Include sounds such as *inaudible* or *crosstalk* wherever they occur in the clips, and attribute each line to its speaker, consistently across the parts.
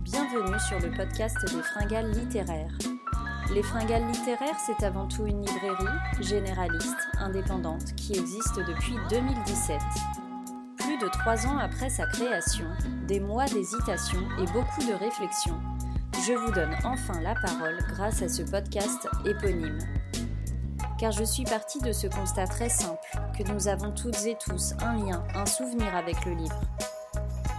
Speaker 1: bienvenue sur le podcast des Fringales littéraires. Les Fringales littéraires, c'est avant tout une librairie généraliste, indépendante, qui existe depuis 2017. Plus de trois ans après sa création, des mois d'hésitation et beaucoup de réflexion, je vous donne enfin la parole grâce à ce podcast éponyme. Car je suis partie de ce constat très simple, que nous avons toutes et tous un lien, un souvenir avec le livre.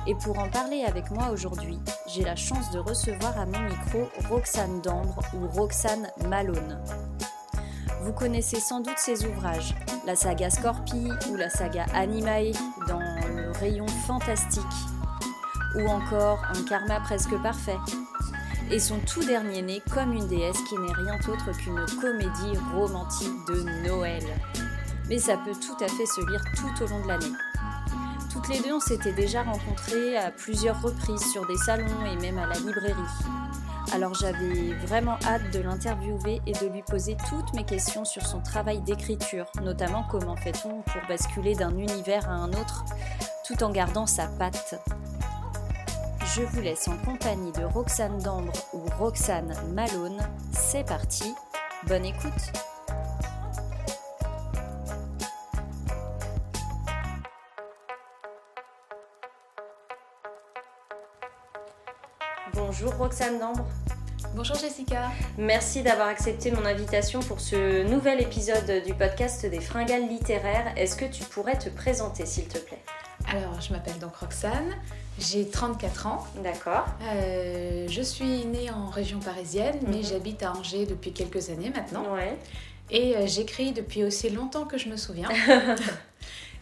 Speaker 1: Et pour en parler avec moi aujourd'hui, j'ai la chance de recevoir à mon micro Roxane Dambre ou Roxane Malone. Vous connaissez sans doute ses ouvrages, la saga Scorpie ou la saga Animae dans le rayon fantastique, ou encore Un karma presque parfait, et son tout dernier né comme une déesse qui n'est rien autre qu'une comédie romantique de Noël. Mais ça peut tout à fait se lire tout au long de l'année. Toutes les deux, on s'était déjà rencontrées à plusieurs reprises sur des salons et même à la librairie. Alors j'avais vraiment hâte de l'interviewer et de lui poser toutes mes questions sur son travail d'écriture, notamment comment fait-on pour basculer d'un univers à un autre tout en gardant sa patte. Je vous laisse en compagnie de Roxane Dambre ou Roxane Malone. C'est parti, bonne écoute Bonjour Roxane Dambre.
Speaker 2: Bonjour Jessica.
Speaker 1: Merci d'avoir accepté mon invitation pour ce nouvel épisode du podcast des fringales littéraires. Est-ce que tu pourrais te présenter, s'il te plaît
Speaker 2: Alors, je m'appelle donc Roxane, j'ai 34 ans.
Speaker 1: D'accord.
Speaker 2: Euh, je suis née en région parisienne, mais
Speaker 1: Mhm.
Speaker 2: j'habite à Angers depuis quelques années maintenant.
Speaker 1: Ouais.
Speaker 2: Et euh, j'écris depuis aussi longtemps que je
Speaker 1: *laughs*
Speaker 2: me souviens.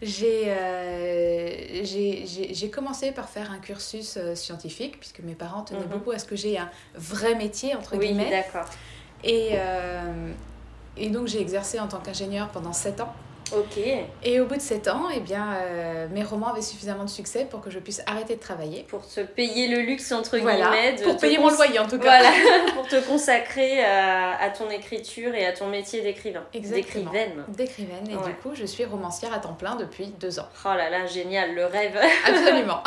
Speaker 2: J'ai euh, j'ai- j'ai- j'ai commencé par faire un cursus euh, scientifique, puisque mes parents tenaient
Speaker 1: Mhm.
Speaker 2: beaucoup à ce que j'ai un vrai métier, entre
Speaker 1: Oui,
Speaker 2: guillemets.
Speaker 1: d'accord.
Speaker 2: Et, euh, et donc j'ai exercé en tant qu'ingénieur pendant 7 ans.
Speaker 1: Ok.
Speaker 2: Et au bout de 7 ans, eh bien, euh, mes romans avaient suffisamment de succès pour que je puisse arrêter de travailler.
Speaker 1: Pour se payer le luxe, entre
Speaker 2: Voilà,
Speaker 1: guillemets. de
Speaker 2: pour
Speaker 1: te
Speaker 2: payer
Speaker 1: cons-
Speaker 2: mon loyer en tout cas.
Speaker 1: Voilà, *laughs*
Speaker 2: *laughs*
Speaker 1: pour te consacrer euh, à, à ton écriture et à ton métier d'écrivain.
Speaker 2: Exactement.
Speaker 1: D'écrivaine.
Speaker 2: D'écrivaine, et
Speaker 1: Ouais.
Speaker 2: du coup, je suis romancière à temps plein depuis deux ans. *laughs*
Speaker 1: Oh là là, génial, le rêve. *laughs*
Speaker 2: Absolument.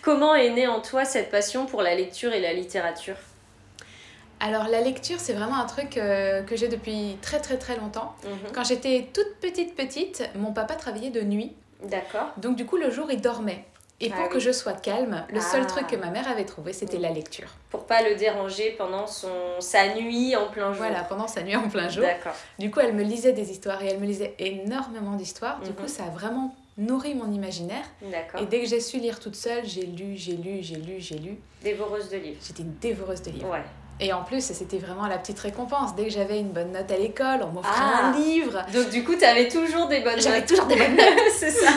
Speaker 1: Comment est née en toi cette passion pour la lecture et la littérature
Speaker 2: Alors, la lecture, c'est vraiment un truc euh, que j'ai depuis très très très longtemps.
Speaker 1: Mhm.
Speaker 2: Quand j'étais toute petite, petite, mon papa travaillait de nuit.
Speaker 1: D'accord.
Speaker 2: Donc, du coup, le jour, il dormait. Et
Speaker 1: Ah
Speaker 2: pour que
Speaker 1: oui.
Speaker 2: je sois calme, le seul
Speaker 1: Ah.
Speaker 2: truc que ma mère avait trouvé, c'était
Speaker 1: Mm.
Speaker 2: la lecture.
Speaker 1: Pour pas le déranger pendant son, sa nuit en plein jour.
Speaker 2: Voilà, pendant sa nuit en plein jour.
Speaker 1: D'accord.
Speaker 2: Du coup, elle me lisait des histoires et elle me lisait énormément d'histoires. Du
Speaker 1: Mhm.
Speaker 2: coup, ça a vraiment nourri mon imaginaire.
Speaker 1: D'accord.
Speaker 2: Et dès que j'ai su lire toute seule, j'ai lu, j'ai lu, j'ai lu, j'ai lu.
Speaker 1: Dévoreuse de livres.
Speaker 2: J'étais une dévoreuse de livres.
Speaker 1: Ouais.
Speaker 2: Et en plus, c'était vraiment la petite récompense. Dès que j'avais une bonne note à l'école, on m'offrait
Speaker 1: Ah.
Speaker 2: un livre.
Speaker 1: Donc du coup, t'avais toujours des bonnes
Speaker 2: J'avais
Speaker 1: notes.
Speaker 2: toujours
Speaker 1: *laughs*
Speaker 2: des bonnes notes,
Speaker 1: c'est ça.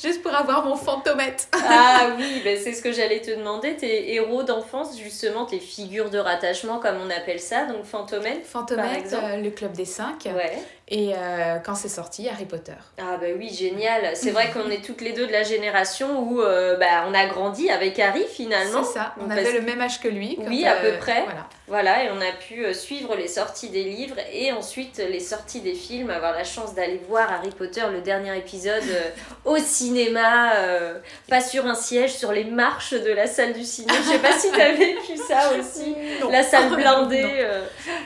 Speaker 2: juste pour avoir mon fantomètre.
Speaker 1: Ah oui, ben c'est ce que j'allais te demander. Tes héros d'enfance, justement, tes figures de rattachement, comme on appelle ça, donc fantomètre. Par
Speaker 2: Fantomètre,
Speaker 1: exemple.
Speaker 2: euh, le club des cinq.
Speaker 1: Ouais.
Speaker 2: Et euh, quand c'est sorti, Harry Potter.
Speaker 1: Ah bah oui, génial. C'est vrai qu'on est toutes les deux de la génération où euh, bah, on a grandi avec Harry finalement.
Speaker 2: C'est ça, on
Speaker 1: Parce
Speaker 2: avait
Speaker 1: que-
Speaker 2: le même âge que lui. quand, euh,
Speaker 1: Oui, à peu près.
Speaker 2: Voilà.
Speaker 1: Voilà, et on a pu euh, suivre les sorties des livres et ensuite les sorties des films, avoir la chance d'aller voir Harry Potter, le dernier épisode, euh, au cinéma, euh, pas sur un siège, sur les marches de la salle du ciné. Je sais pas si t'as vécu ça aussi.
Speaker 2: *laughs* Non.
Speaker 1: La salle blindée.
Speaker 2: Non.
Speaker 1: euh,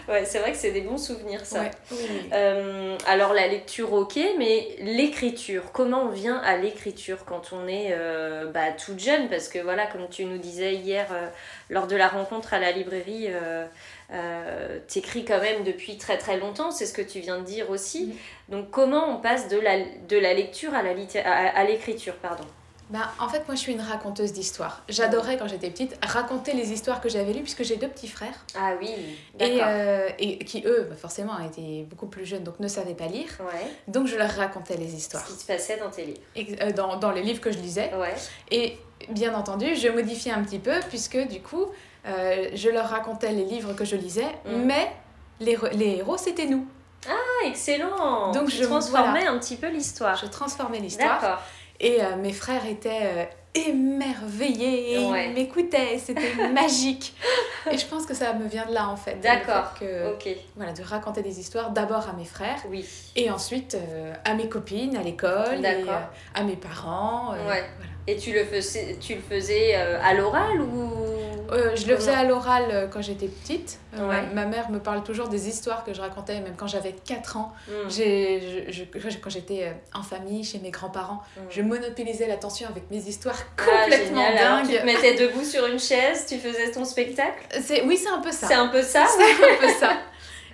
Speaker 1: Ouais, c'est vrai que c'est des bons souvenirs ça.
Speaker 2: Ouais, oui, oui.
Speaker 1: Euh, alors la lecture ok, mais l'écriture, comment on vient à l'écriture quand on est euh, bah, toute jeune Parce que voilà, comme tu nous disais hier euh, lors de la rencontre à la librairie, euh, euh, t'écris quand même depuis très très longtemps, c'est ce que tu viens de dire aussi. Donc comment on passe de la, de la lecture à la litté- à, à l'écriture pardon
Speaker 2: Ben, en fait, moi, je suis une raconteuse d'histoires. J'adorais quand j'étais petite raconter les histoires que j'avais lues, puisque j'ai deux petits frères.
Speaker 1: Ah oui,
Speaker 2: Et,
Speaker 1: d'accord.
Speaker 2: euh, et qui, eux, ben, forcément, étaient beaucoup plus jeunes, donc ne savaient pas lire.
Speaker 1: Ouais,
Speaker 2: Donc, je leur racontais les
Speaker 1: ce
Speaker 2: histoires
Speaker 1: qui se passait dans tes livres.
Speaker 2: Ex- euh, dans, dans les livres que je lisais.
Speaker 1: Ouais,
Speaker 2: Et bien entendu, je modifiais un petit peu, puisque du coup, euh, je leur racontais les livres que je lisais,
Speaker 1: Mm.
Speaker 2: mais les, re- les héros, c'était nous.
Speaker 1: ah excellent
Speaker 2: Donc,
Speaker 1: Tu
Speaker 2: je-
Speaker 1: transformais un petit peu l'histoire.
Speaker 2: Je transformais l'histoire.
Speaker 1: D'accord.
Speaker 2: Et euh, mes frères étaient euh, émerveillés, et
Speaker 1: Ouais.
Speaker 2: ils m'écoutaient, c'était
Speaker 1: *laughs*
Speaker 2: magique. Et je pense que ça me vient de là, en fait. le
Speaker 1: D'accord.
Speaker 2: fait que-
Speaker 1: Ok,
Speaker 2: voilà, de raconter des histoires d'abord à mes frères
Speaker 1: oui.
Speaker 2: et ensuite euh, à mes copines à l'école, et,
Speaker 1: D'accord.
Speaker 2: euh, à mes parents. euh,
Speaker 1: Ouais.
Speaker 2: voilà.
Speaker 1: Et tu le faisais, tu le faisais euh, à l'oral ou
Speaker 2: Euh, je le faisais
Speaker 1: Comment
Speaker 2: à l'oral euh, quand j'étais petite. Euh,
Speaker 1: Ouais.
Speaker 2: ma, ma mère me parle toujours des histoires que je racontais, même quand j'avais 4 ans.
Speaker 1: Mm.
Speaker 2: J'ai- je- je- quand j'étais euh, en famille, chez mes grands-parents,
Speaker 1: Mm.
Speaker 2: je monopolisais l'attention avec mes histoires
Speaker 1: Ah,
Speaker 2: complètement
Speaker 1: génial. Alors, tu te
Speaker 2: dingues.
Speaker 1: mettais debout sur une chaise, tu faisais ton spectacle.
Speaker 2: C'est- Oui, c'est un peu ça.
Speaker 1: C'est un peu ça
Speaker 2: C'est un *laughs* peu ça.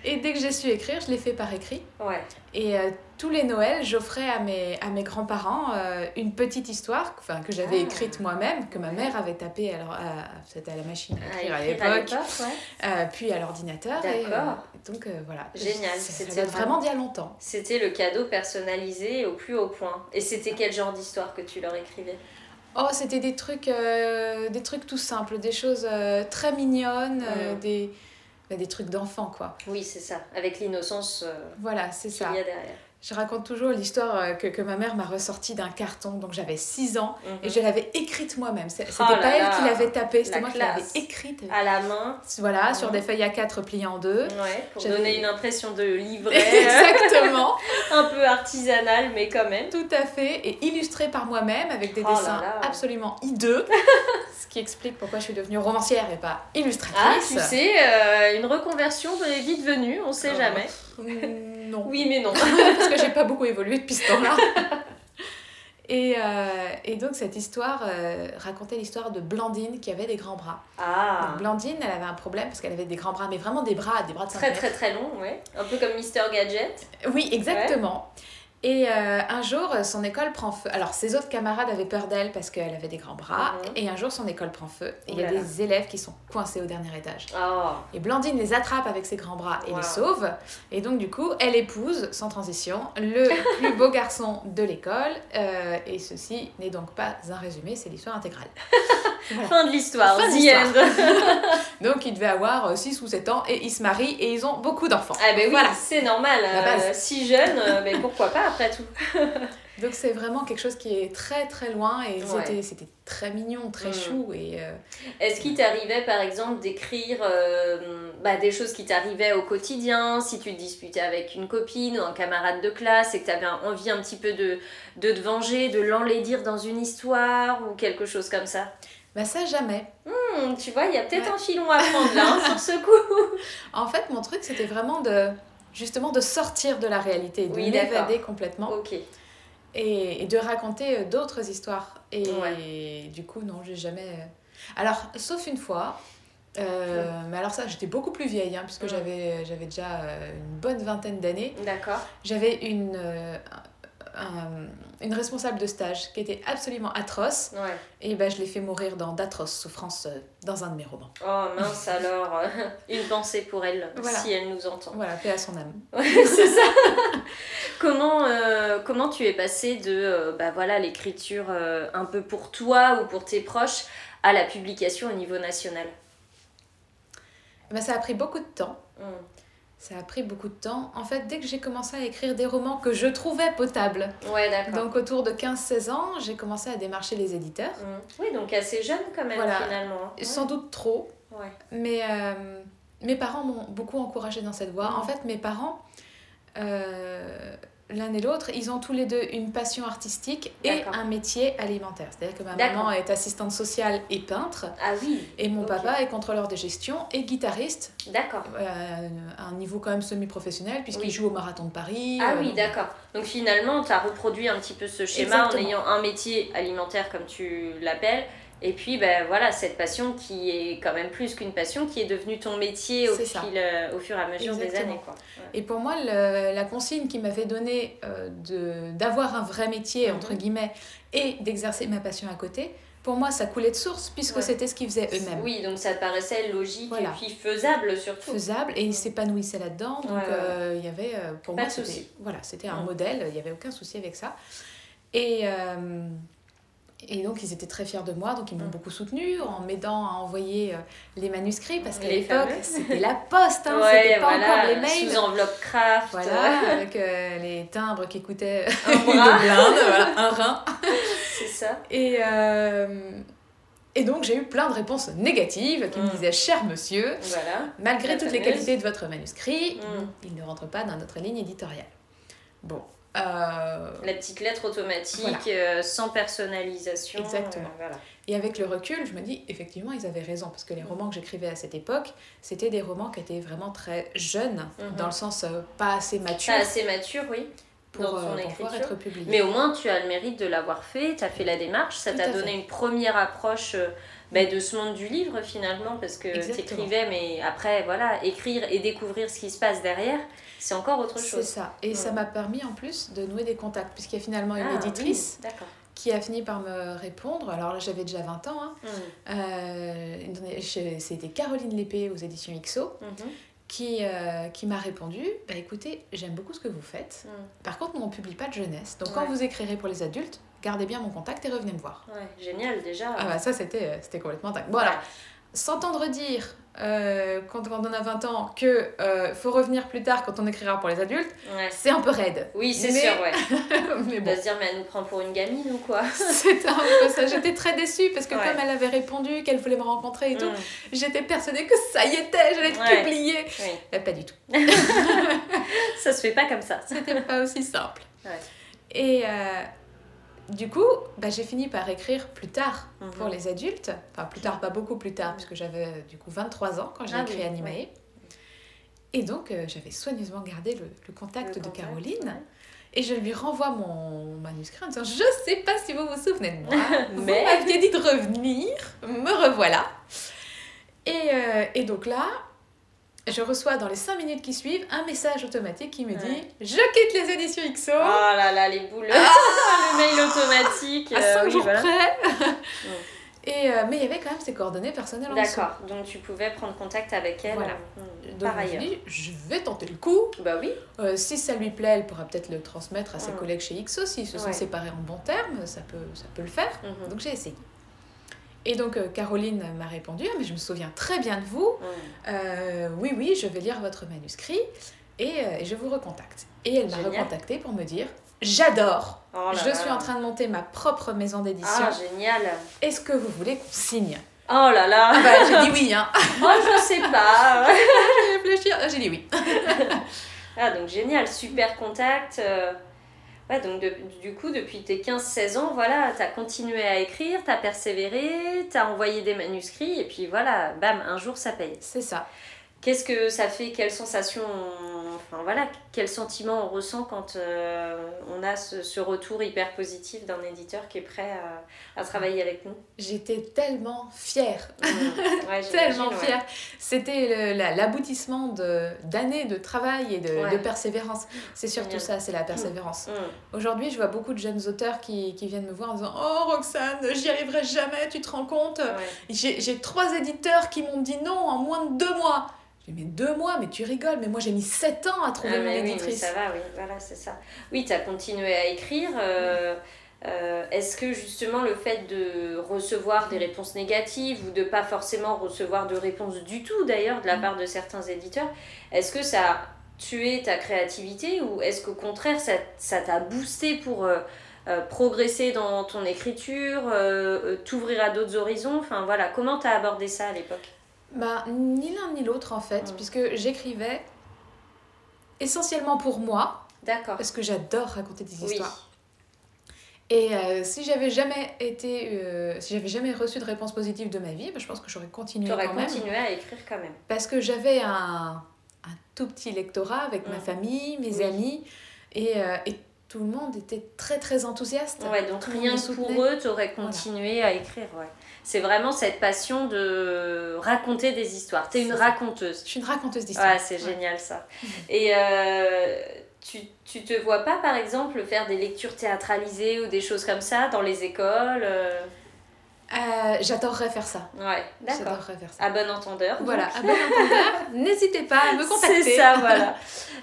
Speaker 2: Et dès que j'ai su écrire, je l'ai fait par écrit.
Speaker 1: Ouais.
Speaker 2: Et euh, tous les Noëls, j'offrais à mes, à mes grands-parents euh, une petite histoire enfin, que j'avais
Speaker 1: Ah.
Speaker 2: écrite moi-même, que ma mère avait tapée. Alors, à- c'était à la machine à écrire à
Speaker 1: Ah, écrire à
Speaker 2: l'époque.
Speaker 1: l'époque, ouais.
Speaker 2: Euh, puis à l'ordinateur. et,
Speaker 1: D'accord.
Speaker 2: euh, donc euh, voilà.
Speaker 1: Génial,
Speaker 2: C'est- Ça
Speaker 1: c'était
Speaker 2: date vraiment d'il y a longtemps.
Speaker 1: C'était le cadeau personnalisé au plus haut point. Et c'était quel genre d'histoire que tu leur écrivais
Speaker 2: Oh, c'était des trucs, euh, des trucs tout simples, des choses euh, très mignonnes, euh,
Speaker 1: Mm.
Speaker 2: des, bah, des trucs d'enfant quoi.
Speaker 1: Oui, c'est ça, avec l'innocence euh,
Speaker 2: Voilà, c'est ça.
Speaker 1: qu'il y a derrière.
Speaker 2: Je raconte toujours l'histoire euh, que, que ma mère m'a ressortie d'un carton, donc j'avais 6 ans.
Speaker 1: Mhm.
Speaker 2: Et je l'avais écrite moi-même. C'est- C'était
Speaker 1: Oh là
Speaker 2: pas elle
Speaker 1: là,
Speaker 2: qui l'avait tapée,
Speaker 1: la
Speaker 2: c'était moi
Speaker 1: classe. Ah.
Speaker 2: qui l'avais écrite.
Speaker 1: À la main,
Speaker 2: Voilà,
Speaker 1: Mhm.
Speaker 2: sur des feuilles A4 pliées en deux.
Speaker 1: ouais, pour
Speaker 2: Euh, J'avais-
Speaker 1: donner une impression de
Speaker 2: *laughs*
Speaker 1: livret, euh,
Speaker 2: Exactement,
Speaker 1: *laughs* un peu artisanale, mais quand même.
Speaker 2: tout à fait. Et illustrée par moi-même avec des
Speaker 1: Oh là
Speaker 2: dessins
Speaker 1: là.
Speaker 2: absolument
Speaker 1: *laughs*
Speaker 2: hideux. ce qui explique pourquoi je suis devenue romancière et pas
Speaker 1: Ah,
Speaker 2: illustratrice.
Speaker 1: tu sais, euh, une reconversion est vite venue, on sait
Speaker 2: Oh.
Speaker 1: jamais.
Speaker 2: Mm, Non.
Speaker 1: Ah. Oui, mais non.
Speaker 2: *laughs* parce que j'ai pas beaucoup évolué depuis ce temps-là. Et, euh, et donc cette histoire euh, racontait l'histoire de Blandine qui avait des grands bras.
Speaker 1: *laughs* Ah,
Speaker 2: Donc, Blandine, elle avait un problème parce qu'elle avait des grands bras, mais vraiment des bras, des bras de cinq
Speaker 1: très
Speaker 2: mètres.
Speaker 1: très très long, ouais. Un peu comme Mister Gadget.
Speaker 2: Oui, exactement. Et euh, un jour, euh, son école prend feu. Alors, ses autres camarades avaient peur d'elle parce qu'elle avait des grands bras.
Speaker 1: Mhm.
Speaker 2: Et un jour, son école prend feu. Et il y a
Speaker 1: Ouh là là.
Speaker 2: des élèves qui sont coincés au dernier étage.
Speaker 1: Oh,
Speaker 2: Et Blandine les attrape avec ses grands bras et
Speaker 1: Wow.
Speaker 2: les sauve. Et donc, du coup, elle épouse, sans transition,
Speaker 1: *laughs*
Speaker 2: le plus beau garçon de l'école. Euh, et ceci n'est donc pas un résumé, c'est l'histoire intégrale.
Speaker 1: fin de l'histoire,
Speaker 2: Fin de
Speaker 1: the
Speaker 2: l'histoire.
Speaker 1: end.
Speaker 2: Donc, il devait avoir 6 ou 7 ans et ils se marient et ils ont beaucoup d'enfants.
Speaker 1: Ah ben oui,
Speaker 2: Voilà.
Speaker 1: c'est normal.
Speaker 2: La
Speaker 1: euh,
Speaker 2: base.
Speaker 1: si jeune, euh, mais pourquoi pas après tout.
Speaker 2: Donc, c'est vraiment quelque chose qui est très très loin et
Speaker 1: Ouais.
Speaker 2: c'était- c'était très mignon, très
Speaker 1: Mhm.
Speaker 2: chou. Et, euh,
Speaker 1: Est-ce qu'il t'arrivait par exemple d'écrire euh, bah, des choses qui t'arrivaient au quotidien, si tu te disputais avec une copine ou un camarade de classe et que t'avais un- envie un petit peu de, de te venger, de l'enlaidir dans une histoire ou quelque chose comme ça
Speaker 2: Bah ça jamais.
Speaker 1: Hmm, Tu vois, il y a peut-être
Speaker 2: Ouais.
Speaker 1: un filon à prendre là hein, sur ce
Speaker 2: *laughs*
Speaker 1: coup.
Speaker 2: En fait, mon truc, c'était vraiment de justement de sortir de la réalité, de
Speaker 1: Oui,
Speaker 2: m'évader complètement
Speaker 1: ok.
Speaker 2: et, et de raconter euh, d'autres histoires. Et
Speaker 1: Ouais.
Speaker 2: du coup, non, j'ai jamais. euh, Alors, sauf une fois. euh, mais alors ça, j'étais beaucoup plus vieille, hein, puisque
Speaker 1: Mm.
Speaker 2: j'avais j'avais déjà euh, une bonne vingtaine d'années.
Speaker 1: D'accord.
Speaker 2: J'avais une euh, un- une responsable de stage qui était absolument atroce,
Speaker 1: Ouais.
Speaker 2: et ben je l'ai fait mourir dans d'atroces souffrances euh, dans un de mes romans.
Speaker 1: Oh
Speaker 2: *laughs*
Speaker 1: mince alors, euh, une pensée pour elle,
Speaker 2: Voilà.
Speaker 1: si elle nous entend. *laughs*
Speaker 2: Voilà, paix à son âme.
Speaker 1: Ouais, c'est ça. *laughs* comment, euh, comment tu es passée de euh, bah voilà, l'écriture euh, un peu pour toi ou pour tes proches à la publication au niveau national
Speaker 2: Ben, ça a pris beaucoup de temps.
Speaker 1: Hum,
Speaker 2: Ça a pris beaucoup de temps. En fait, dès que j'ai commencé à écrire des romans que je trouvais potables,
Speaker 1: Ouais, d'accord.
Speaker 2: donc autour de 15-16 ans, j'ai commencé à démarcher les éditeurs.
Speaker 1: Hum. Oui, donc assez jeune quand même
Speaker 2: Voilà.
Speaker 1: finalement. hein.
Speaker 2: Sans doute trop,
Speaker 1: Ouais.
Speaker 2: mais euh, mes parents m'ont beaucoup encouragée dans cette voie.
Speaker 1: Mhm.
Speaker 2: En fait, mes parents, euh, l'un et l'autre, ils ont tous les deux une passion artistique et
Speaker 1: D'accord.
Speaker 2: un métier alimentaire. C'est-à-dire que ma
Speaker 1: D'accord.
Speaker 2: maman est assistante sociale et peintre,
Speaker 1: Ah oui,
Speaker 2: et mon
Speaker 1: Ok.
Speaker 2: papa est contrôleur de gestion et guitariste
Speaker 1: d'accord.
Speaker 2: euh, à un niveau quand même semi-professionnel, puisqu'il
Speaker 1: Oui.
Speaker 2: joue au marathon de Paris.
Speaker 1: Ah
Speaker 2: euh,
Speaker 1: oui,
Speaker 2: donc-
Speaker 1: d'accord. Donc finalement, tu as reproduit un petit peu ce schéma en
Speaker 2: Exactement.
Speaker 1: ayant un métier alimentaire, comme tu l'appelles, et puis ben voilà, cette passion qui est quand même plus qu'une passion, qui est devenue ton métier au,
Speaker 2: C'est ça.
Speaker 1: fil, euh, au fur et à mesure des
Speaker 2: Exactement.
Speaker 1: années. Quoi. Ouais.
Speaker 2: Et pour moi, le- la consigne qui m'avait donné euh, de- d'avoir un vrai métier,
Speaker 1: Mhm.
Speaker 2: entre guillemets, et d'exercer ma passion à côté, pour moi, ça coulait de source, puisque
Speaker 1: Ouais.
Speaker 2: c'était ce qu'ils faisaient eux-mêmes.
Speaker 1: Oui, donc ça paraissait logique
Speaker 2: Voilà.
Speaker 1: et puis faisable surtout.
Speaker 2: Faisable, et ils s'épanouissaient là-dedans. Donc,
Speaker 1: Ouais, ouais, ouais.
Speaker 2: euh, il y avait, euh, pour
Speaker 1: Pas
Speaker 2: moi,
Speaker 1: de
Speaker 2: c'était-
Speaker 1: souci.
Speaker 2: voilà, c'était un
Speaker 1: Mhm.
Speaker 2: modèle, il n'y avait aucun souci avec ça. Et, euh, et donc, ils étaient très fiers de moi, donc ils m'ont
Speaker 1: Mhm.
Speaker 2: beaucoup soutenue en m'aidant à envoyer euh, les manuscrits, parce qu'à
Speaker 1: Mm. Les
Speaker 2: l'époque,
Speaker 1: fameux.
Speaker 2: c'était la poste, hein, c'était pas encore les mails.
Speaker 1: sous enveloppe craft.
Speaker 2: Voilà, avec euh, les timbres
Speaker 1: *laughs*
Speaker 2: qui coûtaient
Speaker 1: Un
Speaker 2: une
Speaker 1: bras.
Speaker 2: blinde, voilà, un rein.
Speaker 1: *laughs* C'est ça.
Speaker 2: Et, euh, et donc j'ai eu plein de réponses négatives qui
Speaker 1: Mm.
Speaker 2: me disaient Cher monsieur,
Speaker 1: Voilà. La
Speaker 2: malgré toutes les
Speaker 1: fameuse.
Speaker 2: qualités de votre manuscrit,
Speaker 1: Mm.
Speaker 2: il ne rentre pas dans notre ligne éditoriale. Bon, Euh,
Speaker 1: La petite lettre automatique,
Speaker 2: Voilà.
Speaker 1: euh, sans personnalisation.
Speaker 2: Exactement.
Speaker 1: euh, voilà.
Speaker 2: Et avec le recul, je me dis, effectivement, ils avaient raison, parce que
Speaker 1: Mm.
Speaker 2: les romans que j'écrivais à cette époque, c'était des romans qui étaient vraiment très jeunes,
Speaker 1: Mhm.
Speaker 2: dans le sens euh, pas assez mature
Speaker 1: Pas assez mature, oui.
Speaker 2: pour,
Speaker 1: dans
Speaker 2: euh,
Speaker 1: son
Speaker 2: pour pouvoir
Speaker 1: écriture.
Speaker 2: être publié.
Speaker 1: Mais au moins, tu as le mérite de l'avoir fait, tu as fait la démarche, ça
Speaker 2: Tout
Speaker 1: t'a
Speaker 2: à
Speaker 1: donné
Speaker 2: fait.
Speaker 1: une première approche euh, bah, de ce monde du livre finalement, parce que
Speaker 2: Exactement.
Speaker 1: tu écrivais, mais après, voilà, écrire et découvrir ce qui se passe derrière, c'est encore autre
Speaker 2: C'est
Speaker 1: chose.
Speaker 2: ça. Et ça
Speaker 1: Ouais.
Speaker 2: m'a permis en plus de nouer des contacts, puisqu'il y a finalement une
Speaker 1: Ah,
Speaker 2: éditrice
Speaker 1: oui, D'accord.
Speaker 2: qui a fini par me répondre. Alors là, j'avais déjà 20 ans. hein.
Speaker 1: Mm,
Speaker 2: Euh, une- je- C'était Caroline Lépée aux éditions IXO
Speaker 1: mhm,
Speaker 2: qui, euh, qui m'a répondu bah, écoutez, j'aime beaucoup ce que vous faites.
Speaker 1: mm.
Speaker 2: Par contre, nous, on ne publie pas de jeunesse. Donc quand
Speaker 1: Ouais.
Speaker 2: vous écrirez pour les adultes, gardez bien mon contact et revenez me voir.
Speaker 1: Ouais, génial déjà.
Speaker 2: Ah bah ça, c'était euh, c'était complètement dingue. Bon, alors, s'entendre dire euh, quand, quand on a 20 ans que euh, faut revenir plus tard quand on écrira pour les adultes,
Speaker 1: Ouais.
Speaker 2: c'est un peu raide. *laughs*
Speaker 1: Oui, c'est
Speaker 2: Mais-
Speaker 1: sûr, ouais.
Speaker 2: Mais
Speaker 1: On
Speaker 2: bon.
Speaker 1: va se dire, mais elle nous prend pour une gamine ou quoi
Speaker 2: *laughs* C'était un peu ça. J'étais très déçue parce que
Speaker 1: Ouais.
Speaker 2: comme elle avait répondu qu'elle voulait me rencontrer et tout,
Speaker 1: Mm,
Speaker 2: j'étais persuadée que ça y était, j'allais être
Speaker 1: Ouais.
Speaker 2: publiée.
Speaker 1: oui.
Speaker 2: Eh, pas du tout.
Speaker 1: Ça se fait pas
Speaker 2: *laughs*
Speaker 1: comme ça.
Speaker 2: C'était pas aussi simple.
Speaker 1: Ouais.
Speaker 2: Et euh, du coup, bah, j'ai fini par écrire plus tard
Speaker 1: Mhm.
Speaker 2: pour les adultes. Enfin, plus tard, pas beaucoup plus tard, parce que j'avais euh, du coup 23 ans quand j'ai
Speaker 1: Ah
Speaker 2: écrit
Speaker 1: oui,
Speaker 2: Animé. Et donc, euh, j'avais soigneusement gardé le, le contact
Speaker 1: Le
Speaker 2: de
Speaker 1: contact,
Speaker 2: Caroline.
Speaker 1: ouais.
Speaker 2: Et je lui renvoie mon manuscrit en disant Je sais pas si vous vous souvenez
Speaker 1: *laughs*
Speaker 2: de moi,
Speaker 1: Mais-
Speaker 2: mais vous m'aviez dit de revenir, me revoilà. Et, euh, et donc là, je reçois dans les 5 minutes qui suivent un message automatique qui me dit
Speaker 1: Ouais.
Speaker 2: Je quitte les éditions XO
Speaker 1: Oh là là, les boules. le mail automatique.
Speaker 2: Ah à
Speaker 1: euh,
Speaker 2: 5
Speaker 1: oui,
Speaker 2: jours
Speaker 1: voilà. *laughs*
Speaker 2: près. *laughs* et, euh, mais il y avait quand même ses coordonnées personnelles en dessous.
Speaker 1: D'accord, donc tu pouvais prendre contact avec elle
Speaker 2: Voilà.
Speaker 1: euh,
Speaker 2: Donc
Speaker 1: par
Speaker 2: je me
Speaker 1: ailleurs.
Speaker 2: dis Je vais tenter le coup.
Speaker 1: Bah oui,
Speaker 2: Euh, si ça lui plaît, elle pourra peut-être le transmettre à ses
Speaker 1: Mm.
Speaker 2: collègues chez XO. S'ils se sont
Speaker 1: Ouais.
Speaker 2: séparés en bons termes, ça peut, ça peut le faire.
Speaker 1: Mhm.
Speaker 2: Donc j'ai essayé. Et donc euh, Caroline m'a répondu Ah, mais je me souviens très bien de vous.
Speaker 1: Mhm.
Speaker 2: Euh, oui, oui, je vais lire votre manuscrit et, euh, et je vous recontacte. Et elle m'a
Speaker 1: Génial.
Speaker 2: recontactée pour me dire J'adore
Speaker 1: Oh là
Speaker 2: Je
Speaker 1: là
Speaker 2: suis
Speaker 1: là.
Speaker 2: en train de monter ma propre maison d'édition.
Speaker 1: Ah, génial
Speaker 2: Est-ce que vous voulez qu'on signe
Speaker 1: Oh là là
Speaker 2: Ah bah, J'ai dit oui,
Speaker 1: *laughs*
Speaker 2: hein.
Speaker 1: Oh, je sais pas *laughs*
Speaker 2: J'ai réfléchi, ah, j'ai dit oui.
Speaker 1: Ah, donc génial, super contact euh, Ouais, donc de- du coup, depuis tes 15-16 ans, voilà, t'as continué à écrire, t'as persévéré, t'as envoyé des manuscrits, et puis voilà, bam, un jour ça paye.
Speaker 2: C'est ça.
Speaker 1: Qu'est-ce que ça fait Quelles sensations on- Enfin voilà, quels sentiments on ressent quand euh, on a ce, ce retour hyper positif d'un éditeur qui est prêt à, à travailler avec nous
Speaker 2: J'étais tellement fière
Speaker 1: Mmh. Ouais,
Speaker 2: tellement
Speaker 1: j'imagine, ouais.
Speaker 2: fière. C'était le- la- l'aboutissement de- d'années de, travail et de,
Speaker 1: Ouais.
Speaker 2: de persévérance. C'est surtout
Speaker 1: Génial.
Speaker 2: ça, c'est la persévérance.
Speaker 1: Mmh.
Speaker 2: Aujourd'hui, je vois beaucoup de jeunes auteurs qui, qui viennent me voir en disant Oh Roxane, j'y arriverai jamais, tu te rends compte
Speaker 1: Ouais.
Speaker 2: J'ai j'ai trois éditeurs qui m'ont dit non en moins de deux mois. J'ai mais deux mois, mais tu rigoles, mais moi j'ai mis sept ans à trouver
Speaker 1: Ah,
Speaker 2: mon
Speaker 1: mais oui, mais
Speaker 2: éditrice.
Speaker 1: ça va, oui, voilà, c'est ça. Oui, tu as continué à écrire. euh, euh, Est-ce que justement le fait de recevoir des réponses négatives ou de pas forcément recevoir de réponses du tout d'ailleurs de la part de certains éditeurs, est-ce que ça a tué ta créativité ou est-ce qu'au contraire ça ça t'a boosté pour euh, euh, progresser dans ton écriture, euh, euh, t'ouvrir à d'autres horizons Enfin voilà, comment t'as abordé ça à l'époque
Speaker 2: Bah, ni l'un ni l'autre en fait,
Speaker 1: Mm.
Speaker 2: puisque j'écrivais essentiellement pour moi,
Speaker 1: D'accord.
Speaker 2: parce que j'adore raconter des
Speaker 1: Oui.
Speaker 2: histoires. Et euh, si j'avais jamais été, euh, si j'avais jamais reçu de réponse positive de ma vie, bah, je pense que j'aurais continué
Speaker 1: Tu
Speaker 2: quand
Speaker 1: aurais
Speaker 2: même, hein.
Speaker 1: continué à écrire quand même.
Speaker 2: parce que j'avais un, un tout petit lectorat avec ma
Speaker 1: Mm.
Speaker 2: famille, mes
Speaker 1: Oui.
Speaker 2: amis, et, euh, et tout le monde était très très enthousiaste.
Speaker 1: Ouais, donc
Speaker 2: Tout le
Speaker 1: rien
Speaker 2: monde
Speaker 1: que
Speaker 2: soutenait.
Speaker 1: pour eux, tu aurais continué à écrire. Ouais. C'est vraiment cette passion de raconter des histoires. Tu es une
Speaker 2: C'est ça.
Speaker 1: raconteuse.
Speaker 2: Je suis une raconteuse d'histoire.
Speaker 1: Ouais, c'est génial ça. Et euh, tu, tu te vois pas, par exemple, faire des lectures théâtralisées ou des choses comme ça dans les écoles euh,
Speaker 2: Euh, J'adorerais faire ça.
Speaker 1: Ouais, d'accord.
Speaker 2: J'adorerais faire ça.
Speaker 1: À bon entendeur. donc.
Speaker 2: Voilà, à
Speaker 1: *laughs*
Speaker 2: bon entendeur, n'hésitez pas à me contacter.
Speaker 1: C'est ça,
Speaker 2: *laughs*
Speaker 1: voilà.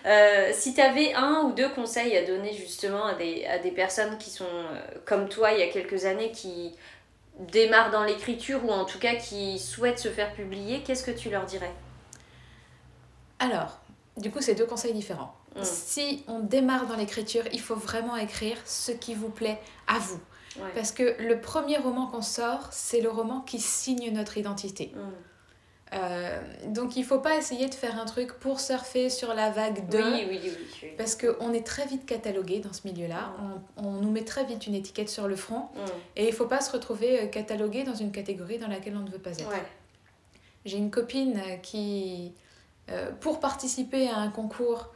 Speaker 1: Euh, si tu avais un ou deux conseils à donner justement à des, à des personnes qui sont euh, comme toi il y a quelques années, qui démarrent dans l'écriture ou en tout cas qui souhaitent se faire publier, qu'est-ce que tu leur dirais
Speaker 2: Alors, du coup, c'est deux conseils différents.
Speaker 1: Mm.
Speaker 2: Si on démarre dans l'écriture, il faut vraiment écrire ce qui vous plaît à vous.
Speaker 1: Ouais.
Speaker 2: Parce que le premier roman qu'on sort, c'est le roman qui signe notre identité.
Speaker 1: Mm.
Speaker 2: Euh, donc il faut pas essayer de faire un truc pour surfer sur la vague de...
Speaker 1: Oui, oui, oui. oui.
Speaker 2: Parce qu'on est très vite catalogué dans ce milieu-là. On, on nous met très vite une étiquette sur le front.
Speaker 1: Mm.
Speaker 2: Et il faut pas se retrouver euh, catalogué dans une catégorie dans laquelle on ne veut pas être.
Speaker 1: Ouais.
Speaker 2: J'ai une copine euh, qui, euh, pour participer à un concours,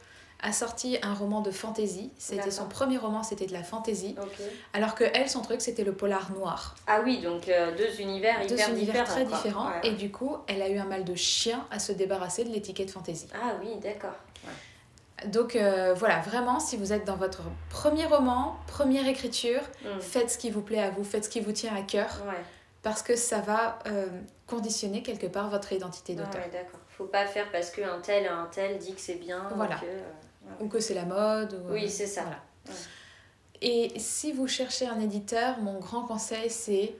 Speaker 2: a sorti un roman de fantaisie. C'était
Speaker 1: D'accord.
Speaker 2: son premier roman, c'était de la fantaisie.
Speaker 1: Ok.
Speaker 2: Alors que elle, son truc, c'était le polar noir.
Speaker 1: Ah oui, donc euh, deux univers
Speaker 2: Deux
Speaker 1: hyper
Speaker 2: univers
Speaker 1: différents.
Speaker 2: très
Speaker 1: quoi.
Speaker 2: différents.
Speaker 1: Ouais.
Speaker 2: Et du coup, elle a eu un mal de chien à se débarrasser de l'étiquette fantaisie.
Speaker 1: Ah oui, d'accord.
Speaker 2: Donc euh, voilà, vraiment, si vous êtes dans votre premier roman, première écriture,
Speaker 1: Mm.
Speaker 2: faites ce qui vous plaît à vous, faites ce qui vous tient à cœur.
Speaker 1: Ouais.
Speaker 2: parce que ça va euh, conditionner quelque part votre identité
Speaker 1: Ah
Speaker 2: d'auteur.
Speaker 1: ouais, d'accord. Faut pas faire parce qu'un tel à un tel dit que c'est bien.
Speaker 2: Voilà.
Speaker 1: que, euh,
Speaker 2: Ou que c'est la mode. Ou,
Speaker 1: Oui, c'est ça.
Speaker 2: Voilà.
Speaker 1: Ouais.
Speaker 2: Et si vous cherchez un éditeur, mon grand conseil, c'est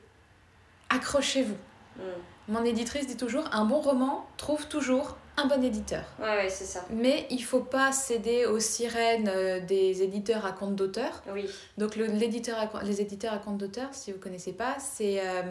Speaker 2: accrochez-vous.
Speaker 1: Mm.
Speaker 2: Mon éditrice dit toujours, un bon roman trouve toujours un bon éditeur.
Speaker 1: Ouais, ouais, c'est ça.
Speaker 2: Mais il faut pas céder aux sirènes euh, des éditeurs à compte d'auteur.
Speaker 1: Oui.
Speaker 2: Donc le- l'éditeur à- les éditeurs à compte d'auteur, si vous connaissez pas, c'est euh,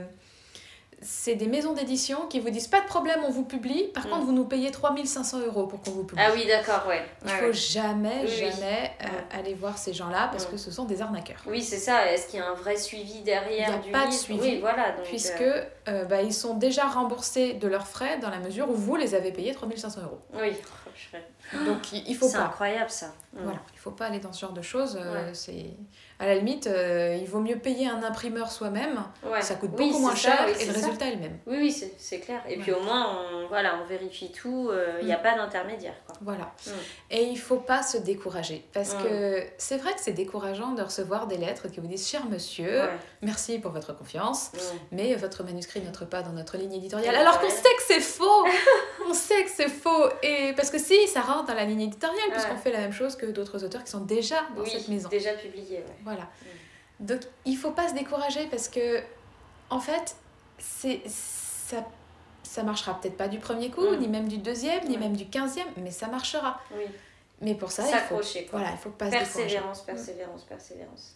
Speaker 2: c'est des maisons d'édition qui vous disent pas de problème, on vous publie. Par
Speaker 1: Mm.
Speaker 2: contre, vous nous payez 3500 euros pour qu'on vous publie.
Speaker 1: Ah oui, d'accord, ouais.
Speaker 2: Il
Speaker 1: Ouais,
Speaker 2: faut
Speaker 1: ouais.
Speaker 2: jamais,
Speaker 1: Oui, oui.
Speaker 2: jamais euh,
Speaker 1: Ouais.
Speaker 2: aller voir ces gens-là parce
Speaker 1: Mm.
Speaker 2: que ce sont des arnaqueurs.
Speaker 1: Oui, c'est ça. Est-ce qu'il y a un vrai suivi derrière
Speaker 2: Il y a
Speaker 1: du
Speaker 2: pas de
Speaker 1: livre
Speaker 2: suivi,
Speaker 1: Oui, voilà. donc,
Speaker 2: Puisque
Speaker 1: euh,
Speaker 2: euh, bah, ils sont déjà remboursés de leurs frais dans la mesure où vous les avez payés 3500 euros.
Speaker 1: Oui. Oh, je fais-
Speaker 2: Donc il il faut
Speaker 1: C'est
Speaker 2: pas.
Speaker 1: incroyable ça. Mm.
Speaker 2: Voilà, il faut pas aller dans ce genre de choses. euh,
Speaker 1: Ouais.
Speaker 2: c'est À la limite, euh, il vaut mieux payer un imprimeur soi-même.
Speaker 1: Ouais.
Speaker 2: Ça coûte
Speaker 1: Oui,
Speaker 2: beaucoup moins
Speaker 1: c'est ça,
Speaker 2: cher
Speaker 1: oui,
Speaker 2: et
Speaker 1: c'est
Speaker 2: le
Speaker 1: ça.
Speaker 2: résultat est le même.
Speaker 1: Oui, oui, c'est c'est clair. Et puis au moins, on, voilà, on vérifie tout. euh, Il n'y a
Speaker 2: Mm.
Speaker 1: pas d'intermédiaire. quoi.
Speaker 2: Voilà.
Speaker 1: Mm.
Speaker 2: Et il faut pas se décourager. Parce
Speaker 1: Mm.
Speaker 2: que c'est vrai que c'est décourageant de recevoir des lettres qui vous disent Cher monsieur,
Speaker 1: Ouais.
Speaker 2: merci pour votre confiance,
Speaker 1: Mm.
Speaker 2: mais votre manuscrit n'entre pas dans notre ligne éditoriale.
Speaker 1: Ouais.
Speaker 2: Alors qu'on sait que c'est
Speaker 1: *laughs*
Speaker 2: faux On sait que c'est faux Et parce que si, ça rentre dans la ligne éditoriale,
Speaker 1: Ouais.
Speaker 2: puisqu'on fait la même chose que d'autres auteurs qui sont déjà dans
Speaker 1: Oui, Mmh.
Speaker 2: cette maison.
Speaker 1: déjà publié. ouais.
Speaker 2: Voilà. Donc il faut pas se décourager parce que, en fait, c'est ça. Ça marchera peut-être pas du premier coup,
Speaker 1: Mm.
Speaker 2: ni même du deuxième, ni
Speaker 1: Ouais.
Speaker 2: même du quinzième, mais ça marchera.
Speaker 1: Oui.
Speaker 2: Mais pour ça, il faut,
Speaker 1: S'accrocher. quoi.
Speaker 2: voilà, il faut pas se décourager.
Speaker 1: Persévérance, persévérance, persévérance.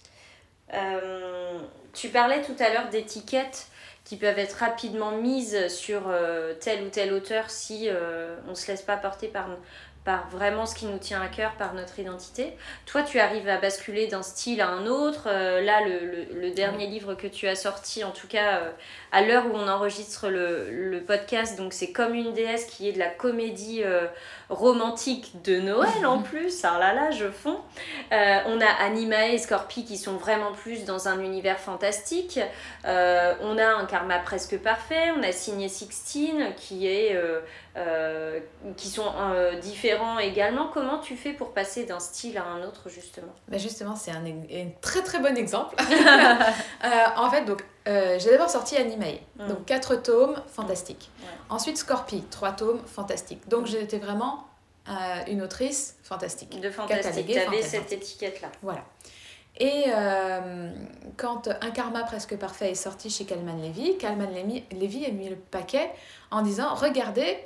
Speaker 1: Euh, tu parlais tout à l'heure d'étiquettes qui peuvent être rapidement mises sur euh, tel ou tel auteur si euh, on ne se laisse pas porter par, par vraiment ce qui nous tient à cœur, par notre identité. Toi, tu arrives à basculer d'un style à un autre. Euh, là, le, le- le dernier livre que tu as sorti, en tout cas euh, à l'heure où on enregistre le, le podcast, donc c'est Comme une déesse qui est de la comédie euh, romantique de Noël en plus. Ah là là, je fonds. Euh, on a Anima et Scorpi qui sont vraiment plus dans un univers fantastique. Euh, on a un karma presque parfait. On a Signé Sixteen qui est euh, euh, qui sont euh, différents également. Comment tu fais pour passer d'un style à un autre justement
Speaker 2: Bah justement, c'est un, ex- un très très bon
Speaker 1: *laughs*
Speaker 2: exemple. Euh, en fait, donc euh, j'ai d'abord sorti Animae,
Speaker 1: Mm.
Speaker 2: donc quatre tomes, fantastique.
Speaker 1: Ouais. Mm.
Speaker 2: Ensuite Scorpi, trois tomes, fantastique. Donc j'étais vraiment euh, une autrice fantastique.
Speaker 1: De fantastique,
Speaker 2: Catalogué,
Speaker 1: tu avais
Speaker 2: fantastique.
Speaker 1: cette étiquette là.
Speaker 2: Voilà. Et euh, quand Un karma presque parfait est sorti chez Kalman Levy, Kalman Levy- Levy a mis le paquet en disant Regardez,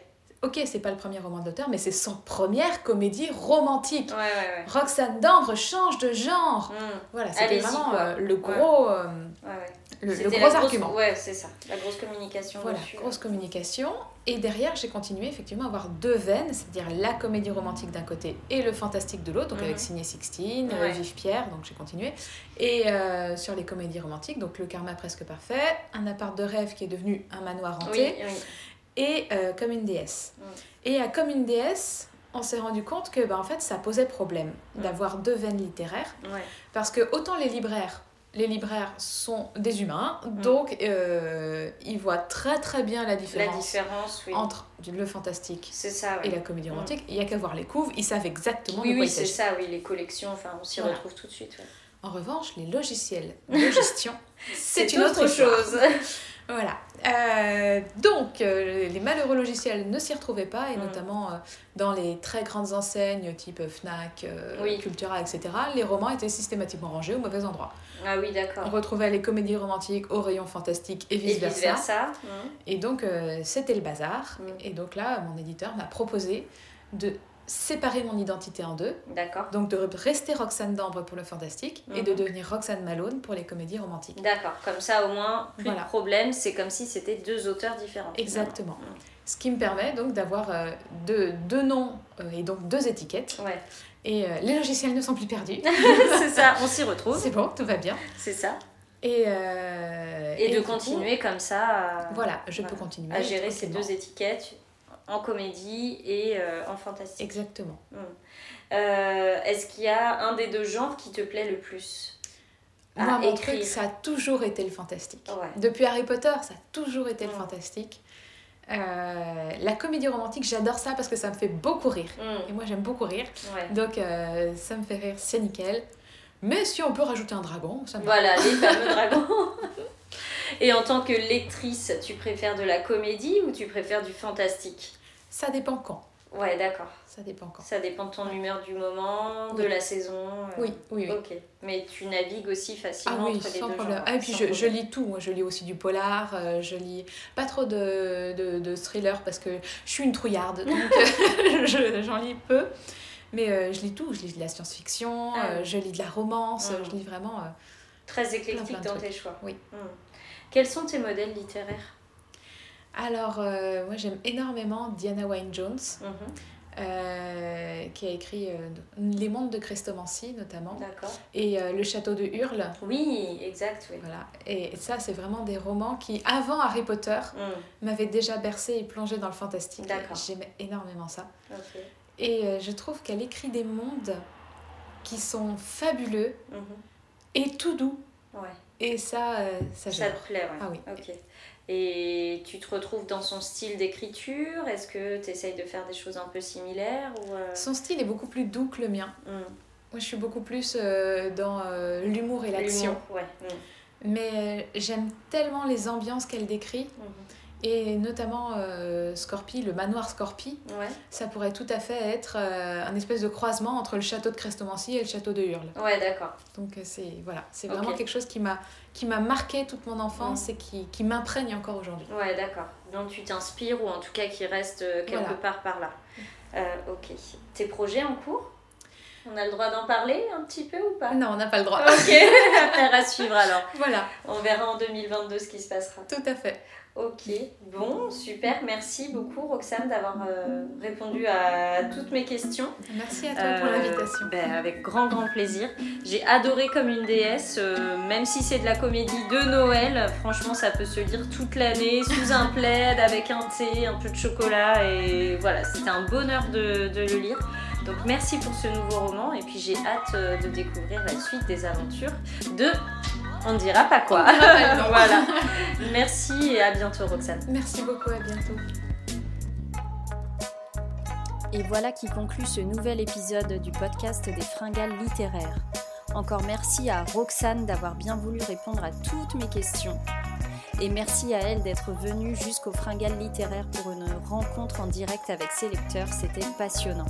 Speaker 2: ok, c'est pas le premier roman d'auteur, mais c'est son première comédie romantique.
Speaker 1: Ouais ouais ouais.
Speaker 2: Roxane Dandre change de genre.
Speaker 1: Mm,
Speaker 2: Voilà, c'était
Speaker 1: Allez-y,
Speaker 2: vraiment
Speaker 1: quoi.
Speaker 2: euh, le gros, euh,
Speaker 1: ouais, ouais.
Speaker 2: le, le
Speaker 1: C'était
Speaker 2: gros
Speaker 1: la grosse-
Speaker 2: argument.
Speaker 1: Ouais, c'est ça. La grosse communication.
Speaker 2: Voilà,
Speaker 1: dessus.
Speaker 2: grosse communication. Et derrière, j'ai continué effectivement à avoir deux veines, c'est-à-dire la comédie romantique d'un côté et le fantastique de l'autre, donc
Speaker 1: Mhm.
Speaker 2: avec Signé Sixteen, euh,
Speaker 1: Ouais.
Speaker 2: Vive Pierre, donc j'ai continué. Et euh, sur les comédies romantiques, donc Le Karma presque parfait, Un appart de rêve qui est devenu un manoir hanté,
Speaker 1: Oui, oui.
Speaker 2: et euh, Comme une déesse.
Speaker 1: Mhm.
Speaker 2: Et à Comme une déesse, on s'est rendu compte que bah, en fait, ça posait problème
Speaker 1: Mhm.
Speaker 2: d'avoir deux veines littéraires,
Speaker 1: Ouais.
Speaker 2: parce que autant les libraires, les libraires sont des humains, donc euh, ils voient très très bien la
Speaker 1: Mm. La
Speaker 2: différence
Speaker 1: différence, oui.
Speaker 2: entre le fantastique
Speaker 1: C'est ça. ouais.
Speaker 2: et la comédie romantique, il n'y a qu'à voir les couves, ils savent exactement
Speaker 1: Oui,
Speaker 2: de quoi
Speaker 1: oui,
Speaker 2: il
Speaker 1: c'est
Speaker 2: s'agit.
Speaker 1: ça, oui, les collections, enfin, on s'y
Speaker 2: Voilà.
Speaker 1: retrouve tout de suite. ouais.
Speaker 2: En revanche, les logiciels de
Speaker 1: *laughs*
Speaker 2: gestion, c'est une autre, histoire.
Speaker 1: chose.
Speaker 2: Voilà. Euh, donc, euh, les malheureux logiciels ne s'y retrouvaient pas, et
Speaker 1: Mm.
Speaker 2: notamment euh, dans les très grandes enseignes type Fnac, euh,
Speaker 1: Oui.
Speaker 2: Cultura, etc., les romans étaient systématiquement rangés au mauvais endroit.
Speaker 1: Ah oui,
Speaker 2: On
Speaker 1: d'accord.
Speaker 2: retrouvait les comédies romantiques au rayon fantastique et
Speaker 1: Et
Speaker 2: vice-versa.
Speaker 1: vice-versa. hein.
Speaker 2: Et donc, euh, c'était le bazar.
Speaker 1: Mm.
Speaker 2: Et donc là, mon éditeur m'a proposé de séparer mon identité en deux,
Speaker 1: D'accord.
Speaker 2: donc de rester Roxane d'Ambre pour le fantastique et de
Speaker 1: Mhm.
Speaker 2: devenir Roxane Malone pour les comédies romantiques.
Speaker 1: D'accord. Comme ça, au moins, plus
Speaker 2: Voilà.
Speaker 1: de problème. C'est comme si c'était deux auteurs différents.
Speaker 2: Exactement.
Speaker 1: finalement.
Speaker 2: Ce qui me permet donc d'avoir euh, deux, deux noms euh, et donc deux étiquettes.
Speaker 1: Ouais.
Speaker 2: Et euh, les logiciels ne sont
Speaker 1: *laughs*
Speaker 2: plus perdus.
Speaker 1: *laughs* c'est ça, on s'y retrouve.
Speaker 2: C'est bon, tout va bien.
Speaker 1: C'est ça.
Speaker 2: Et, euh,
Speaker 1: Et, de
Speaker 2: du coup,
Speaker 1: continuer comme ça à,
Speaker 2: Voilà, je peux
Speaker 1: voilà,
Speaker 2: continuer.
Speaker 1: à gérer ces
Speaker 2: tranquillement.
Speaker 1: deux étiquettes en comédie et euh, en fantastique.
Speaker 2: Exactement.
Speaker 1: Euh, Est-ce qu'il y a un des deux genres qui te plaît le plus à
Speaker 2: Moi, mon
Speaker 1: écrire
Speaker 2: truc, ça a toujours été le fantastique.
Speaker 1: Ouais.
Speaker 2: Depuis Harry Potter, ça a toujours été le
Speaker 1: Mm.
Speaker 2: fantastique. Euh, la comédie romantique, j'adore ça parce que ça me fait beaucoup rire. Et
Speaker 1: Hmm,
Speaker 2: moi, j'aime beaucoup rire.
Speaker 1: ouais.
Speaker 2: Donc, euh, ça me fait rire, c'est nickel. Mais si on peut rajouter un dragon, ça me va.
Speaker 1: Voilà, les fameux dragons. Et en tant que lectrice, tu préfères de la comédie ou tu préfères du fantastique
Speaker 2: Ça dépend quand.
Speaker 1: Ouais, d'accord.
Speaker 2: Ça dépend quand.
Speaker 1: Ça dépend de ton humeur du moment, de
Speaker 2: Oui.
Speaker 1: la saison. euh,
Speaker 2: Oui, oui, oui.
Speaker 1: Ok. Mais tu navigues aussi
Speaker 2: Ah
Speaker 1: facilement
Speaker 2: oui,
Speaker 1: entre les
Speaker 2: sans
Speaker 1: deux
Speaker 2: problème.
Speaker 1: genres.
Speaker 2: Ah, et puis
Speaker 1: sans
Speaker 2: je, je
Speaker 1: problème.
Speaker 2: lis tout, moi je lis aussi du polar, euh, je lis pas trop de, de, de thrillers parce que je suis une trouillarde, donc euh, *laughs* je- j'en lis peu. Mais euh, je lis tout, je lis de la science-fiction,
Speaker 1: Ah
Speaker 2: euh, je lis de la romance,
Speaker 1: Mhm.
Speaker 2: je lis vraiment... euh,
Speaker 1: Très éclectique
Speaker 2: plein de
Speaker 1: dans
Speaker 2: trucs.
Speaker 1: tes choix.
Speaker 2: Oui.
Speaker 1: Hmm. Quels sont tes modèles littéraires
Speaker 2: Alors, euh, moi j'aime énormément Diana Wynne-Jones,
Speaker 1: Mhm,
Speaker 2: euh, qui a écrit euh, Les Mondes de Crestomancy notamment,
Speaker 1: D'accord.
Speaker 2: et euh, Le Château de Hurle.
Speaker 1: Oui, exact, oui.
Speaker 2: Voilà. Et ça, c'est vraiment des romans qui, avant Harry Potter,
Speaker 1: Hmm,
Speaker 2: m'avait déjà bercée et plongée dans le fantastique.
Speaker 1: D'accord.
Speaker 2: J'aimais énormément ça.
Speaker 1: ok.
Speaker 2: Et euh, je trouve qu'elle écrit des mondes qui sont fabuleux
Speaker 1: Mhm,
Speaker 2: et tout doux.
Speaker 1: Ouais.
Speaker 2: Et ça, euh, ça
Speaker 1: Ça
Speaker 2: j'adore.
Speaker 1: te plaît, ouais.
Speaker 2: Ah oui.
Speaker 1: Ok. Et tu te retrouves dans son style d'écriture Est-ce que tu essayes de faire des choses un peu similaires ou euh,
Speaker 2: Son style est beaucoup plus doux que le mien.
Speaker 1: hmm,
Speaker 2: Moi, je suis beaucoup plus euh, dans euh, l'humour et l'action.
Speaker 1: l'humour, Ouais. hmm,
Speaker 2: Mais euh, j'aime tellement les ambiances qu'elle décrit,
Speaker 1: mhm.
Speaker 2: et notamment euh, Scorpi, le manoir Scorpi.
Speaker 1: hmm. Ouais.
Speaker 2: Ça pourrait tout à fait être euh, un espèce de croisement entre le château de Crestomancy et le château de Hurle.
Speaker 1: Ouais, d'accord.
Speaker 2: Donc euh, c'est voilà, c'est vraiment
Speaker 1: Ok.
Speaker 2: quelque chose qui m'a qui m'a marqué toute mon enfance et qui, qui m'imprègne encore aujourd'hui.
Speaker 1: Ouais, d'accord. Donc tu t'inspires ou en tout cas qui reste euh, quelque
Speaker 2: Voilà. Mm.
Speaker 1: part par là. Euh, ok. Tes projets en cours On a le droit d'en parler un petit peu ou pas
Speaker 2: Ah, Non, on n'a pas le droit.
Speaker 1: Ok, *laughs* affaire à suivre alors.
Speaker 2: *laughs* voilà,
Speaker 1: On verra en 2022 ce qui se passera.
Speaker 2: tout à fait.
Speaker 1: Ok, bon, super, merci beaucoup Roxane d'avoir euh, répondu à toutes mes questions.
Speaker 2: Merci à toi pour
Speaker 1: Euh,
Speaker 2: l'invitation.
Speaker 1: ben, avec grand grand plaisir. J'ai adoré comme une déesse, euh, même si c'est de la comédie de Noël, euh, franchement ça peut se lire toute l'année sous un plaid avec un thé, un peu de chocolat et voilà, c'était un bonheur de, de le lire. Donc merci pour ce nouveau roman et puis j'ai hâte euh, de découvrir la suite des aventures de On ne dira pas quoi.
Speaker 2: *laughs* pas le nom.
Speaker 1: voilà. Merci et à bientôt Roxane.
Speaker 2: Merci beaucoup, à bientôt.
Speaker 3: Et voilà qui conclut ce nouvel épisode du podcast des fringales littéraires. Encore merci à Roxane d'avoir bien voulu répondre à toutes mes questions. Et merci à elle d'être venue jusqu'aux fringales littéraires pour une rencontre en direct avec ses lecteurs, c'était passionnant.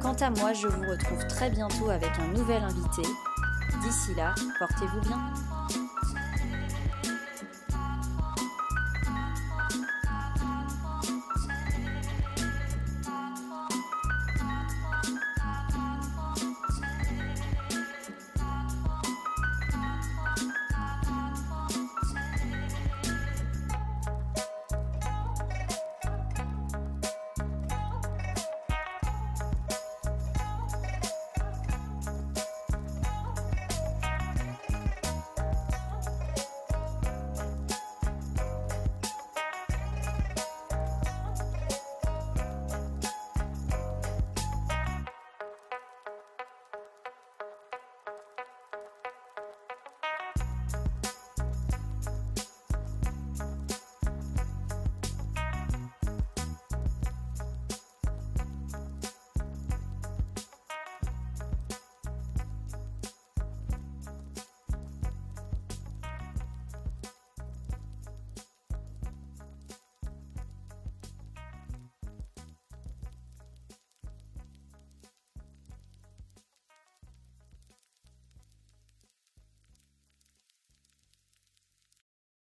Speaker 3: Quant à moi, je vous retrouve très bientôt avec un nouvel invité. D'ici là, portez-vous bien.